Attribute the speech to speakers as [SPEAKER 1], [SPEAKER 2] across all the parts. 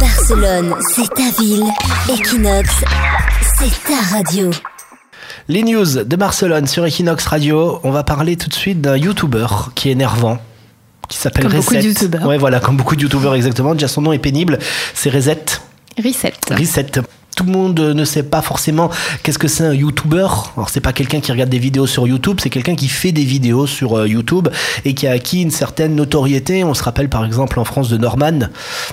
[SPEAKER 1] Barcelone, c'est ta ville. Equinox, c'est ta radio.
[SPEAKER 2] Les news de Barcelone sur Equinox Radio. On va parler tout de suite d'un YouTuber qui est énervant. Qui s'appelle
[SPEAKER 3] Comme beaucoup de
[SPEAKER 2] Reset.
[SPEAKER 3] youtubeurs.
[SPEAKER 2] Ouais, voilà, comme beaucoup de youtubeurs, exactement. Déjà, son nom est pénible. C'est Reset.
[SPEAKER 3] Reset.
[SPEAKER 2] Reset. Tout le monde ne sait pas forcément qu'est-ce que c'est un YouTuber. Alors c'est pas quelqu'un qui regarde des vidéos sur YouTube, c'est quelqu'un qui fait des vidéos sur euh, YouTube et qui a acquis une certaine notoriété. On se rappelle par exemple en France de Norman.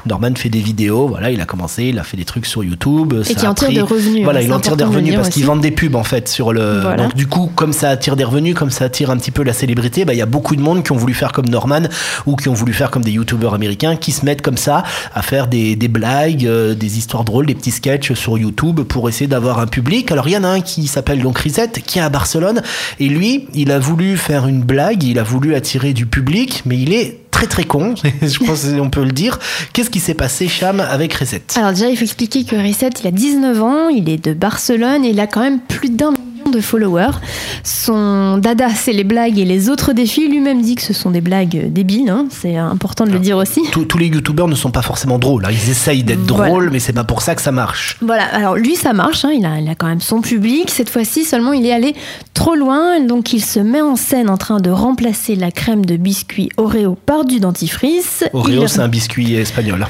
[SPEAKER 2] Norman fait des vidéos, voilà, il a commencé, il a fait des trucs sur YouTube. ça
[SPEAKER 3] qui
[SPEAKER 2] a
[SPEAKER 3] en tire
[SPEAKER 2] pris.
[SPEAKER 3] des revenus,
[SPEAKER 2] Voilà,
[SPEAKER 3] hein,
[SPEAKER 2] il
[SPEAKER 3] c'est
[SPEAKER 2] en tire des
[SPEAKER 3] important de le
[SPEAKER 2] revenus
[SPEAKER 3] dire
[SPEAKER 2] parce qu'il
[SPEAKER 3] aussi.
[SPEAKER 2] vendent des pubs en fait sur le.
[SPEAKER 3] Voilà.
[SPEAKER 2] Donc du coup, comme ça attire des revenus, comme ça attire un petit peu la célébrité, bah, il y a beaucoup de monde qui ont voulu faire comme Norman ou qui ont voulu faire comme des youtubeurs américains qui se mettent comme ça à faire des, des blagues, euh, des histoires drôles, des petits sketchs sur YouTube pour essayer d'avoir un public. Alors il y en a un qui s'appelle donc Reset qui est à Barcelone et lui, il a voulu faire une blague, il a voulu attirer du public, mais il est très très con, je pense qu'on peut le dire. Qu'est-ce qui s'est passé, Cham, avec Reset
[SPEAKER 3] Alors déjà, il faut expliquer que Reset, il a 19 ans, il est de Barcelone et il a quand même plus d'un million de followers. Son dada, c'est les blagues et les autres défis. Lui-même dit que ce sont des blagues débiles, hein. c'est important
[SPEAKER 2] Ah.
[SPEAKER 3] de le dire aussi.
[SPEAKER 2] Tous- tous les youtubeurs ne sont pas forcément drôles. hein. Ils essayent d'être
[SPEAKER 3] Voilà.
[SPEAKER 2] drôles, mais c'est pas pour ça que ça marche.
[SPEAKER 3] Voilà, alors lui ça marche, hein, il, a, il a quand même son public, cette fois-ci seulement il est allé trop loin, donc il se met en scène en train de remplacer la crème de biscuit Oreo par du dentifrice.
[SPEAKER 2] Oreo,
[SPEAKER 3] Il-
[SPEAKER 2] c'est un biscuit espagnol.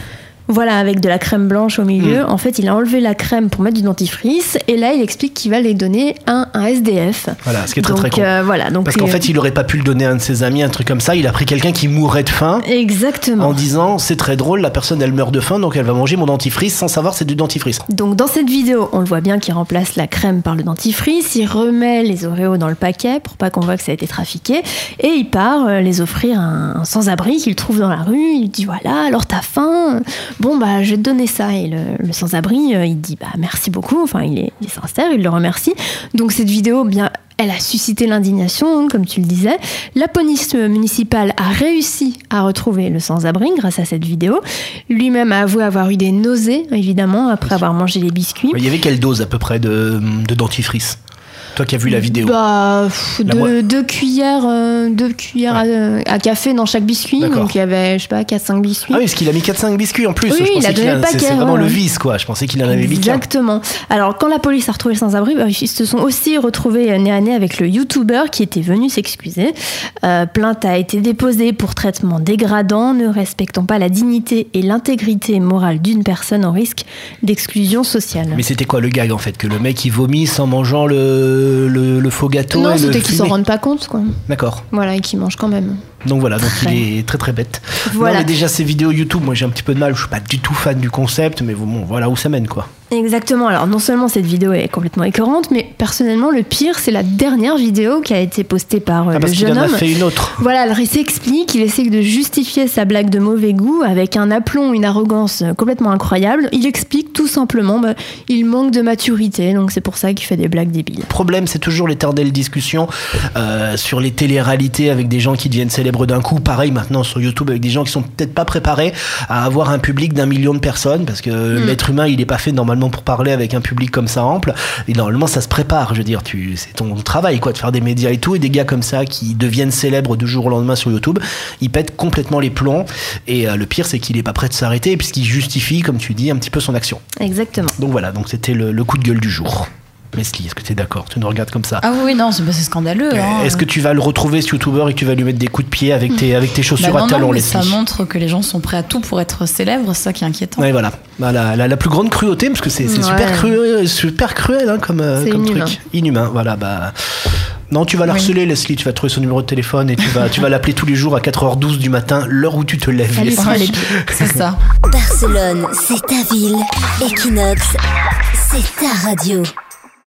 [SPEAKER 3] Voilà, avec de la crème blanche au milieu.
[SPEAKER 2] Mm.
[SPEAKER 3] En fait, il a enlevé la crème pour mettre du dentifrice. Et là, il explique qu'il va les donner à un SDF.
[SPEAKER 2] Voilà, ce qui est très
[SPEAKER 3] donc,
[SPEAKER 2] très con.
[SPEAKER 3] euh, voilà, donc
[SPEAKER 2] Parce qu'en
[SPEAKER 3] euh,
[SPEAKER 2] fait, il aurait pas pu le donner à un de ses amis, un truc comme ça. Il a pris quelqu'un qui mourrait de faim
[SPEAKER 3] Exactement.
[SPEAKER 2] en disant c'est très drôle, la personne elle meurt de faim, donc elle va manger mon dentifrice sans savoir c'est du dentifrice.
[SPEAKER 3] Donc dans cette vidéo, on le voit bien qu'il remplace la crème par le dentifrice, il remet les Oreos dans le paquet pour pas qu'on voit que ça a été trafiqué, et il part euh, les offrir à un sans-abri qu'il trouve dans la rue. Il dit voilà, alors t'as faim Bon bah je vais te donner ça. Et le, le sans-abri, euh, il dit bah merci beaucoup. Enfin il est, il est sincère, il le remercie. Donc cette vidéo, bien, elle a suscité l'indignation, hein, comme tu le disais. La police euh, municipale a réussi à retrouver le sans-abri grâce à cette vidéo. Lui-même a avoué avoir eu des nausées, évidemment, après avoir mangé les biscuits.
[SPEAKER 2] Il y avait quelle dose à peu près de, de dentifrice Toi qui as vu la vidéo.
[SPEAKER 3] Bah, pff,
[SPEAKER 2] La
[SPEAKER 3] deux,
[SPEAKER 2] moi-
[SPEAKER 3] deux cuillères, euh, deux cuillères à, à café dans chaque biscuit.
[SPEAKER 2] D'accord.
[SPEAKER 3] Donc il y avait, je sais pas, 4-5 biscuits.
[SPEAKER 2] ah oui, parce qu'il a mis 4-5 biscuits en plus.
[SPEAKER 3] Oui,
[SPEAKER 2] je
[SPEAKER 3] il
[SPEAKER 2] pensais
[SPEAKER 3] a
[SPEAKER 2] qu'il
[SPEAKER 3] donné le
[SPEAKER 2] c'est- C'est
[SPEAKER 3] paquet,
[SPEAKER 2] vraiment
[SPEAKER 3] ouais,
[SPEAKER 2] le
[SPEAKER 3] ouais.
[SPEAKER 2] vice, quoi. Je pensais qu'il en avait mis qu'un.
[SPEAKER 3] Exactement. Alors, quand la police a retrouvé le sans-abri, bah, ils se sont aussi retrouvés euh, nez à nez avec le youtubeur qui était venu s'excuser. Euh, plainte a été déposée pour traitement dégradant, ne respectant pas la dignité et l'intégrité morale d'une personne en risque d'exclusion sociale.
[SPEAKER 2] Mais c'était quoi le gag en fait Que le mec il vomisse en mangeant le, le, le faux gâteau et
[SPEAKER 3] non,
[SPEAKER 2] le
[SPEAKER 3] c'était qu'ils s'en
[SPEAKER 2] fumé.
[SPEAKER 3] rendent pas compte, quoi.
[SPEAKER 2] D'accord.
[SPEAKER 3] Voilà, et qu'ils mangent quand même.
[SPEAKER 2] Donc voilà, donc
[SPEAKER 3] Très.
[SPEAKER 2] il est très très bête.
[SPEAKER 3] Voilà.
[SPEAKER 2] Non, mais déjà ces vidéos YouTube, moi j'ai un petit peu de mal, je suis pas du tout fan du concept, mais bon, voilà où ça mène quoi. Ah,
[SPEAKER 3] Exactement. Alors non seulement cette vidéo est complètement écœurante, mais personnellement le pire c'est la dernière vidéo qui a été postée par euh,
[SPEAKER 2] Ah,
[SPEAKER 3] le
[SPEAKER 2] parce qu'il
[SPEAKER 3] jeune
[SPEAKER 2] en a
[SPEAKER 3] homme.
[SPEAKER 2] fait une autre.
[SPEAKER 3] Voilà, le récit explique, il essaie de justifier sa blague de mauvais goût avec un aplomb, une arrogance euh, complètement incroyable. Il explique tout simplement, bah, il manque de maturité, donc c'est pour ça qu'il fait des blagues débiles.
[SPEAKER 2] Le problème, c'est toujours l'éternelle discussion euh, sur les télé-réalités avec des gens qui deviennent célèbres d'un coup. Pareil maintenant sur YouTube avec des gens qui sont peut-être pas préparés à avoir un public d'un million de personnes parce que l'être humain, il est pas fait normalement pour parler avec un public comme ça ample. Et normalement, ça se prépare. Je veux dire, tu, c'est ton travail quoi de faire des médias et tout. Et des gars comme ça qui deviennent célèbres du jour au lendemain sur YouTube, ils pètent complètement les plombs. Et euh, le pire, c'est qu'il est pas prêt de s'arrêter puisqu'il justifie, comme tu dis, un petit peu son action.
[SPEAKER 3] Exactement.
[SPEAKER 2] Donc voilà, donc c'était le, le coup de gueule du jour. Leslie, est-ce que tu es d'accord Tu nous regardes comme ça.
[SPEAKER 4] Ah oui, non, c'est bah, c'est scandaleux. hein.
[SPEAKER 2] Est-ce que tu vas le retrouver, ce youtubeur, et que tu vas lui mettre des coups de pied avec tes, avec tes
[SPEAKER 4] Bah
[SPEAKER 2] chaussures
[SPEAKER 4] non,
[SPEAKER 2] à
[SPEAKER 4] non,
[SPEAKER 2] talons,
[SPEAKER 4] mais
[SPEAKER 2] Leslie
[SPEAKER 4] ça montre que les gens sont prêts à tout pour être célèbres, c'est ça qui est inquiétant.
[SPEAKER 2] Ouais, voilà. Bah, la, la- la plus grande cruauté, parce que c'est c'est
[SPEAKER 3] Ouais.
[SPEAKER 2] super, cruel, super cruel hein, comme, euh,
[SPEAKER 3] C'est
[SPEAKER 2] comme
[SPEAKER 3] inhumain.
[SPEAKER 2] truc. Inhumain, voilà. Bah... Non, tu vas la
[SPEAKER 4] Oui.
[SPEAKER 2] harceler, Leslie. Tu vas trouver son numéro de téléphone et tu vas, tu vas l'appeler tous les jours à 4h12 du matin, l'heure où tu te lèves,
[SPEAKER 3] Salut,
[SPEAKER 2] Leslie.
[SPEAKER 3] Franck.
[SPEAKER 4] Ouais,
[SPEAKER 3] les
[SPEAKER 4] c'est ça.
[SPEAKER 1] Barcelone, c'est ta ville. Equinox, c'est ta radio.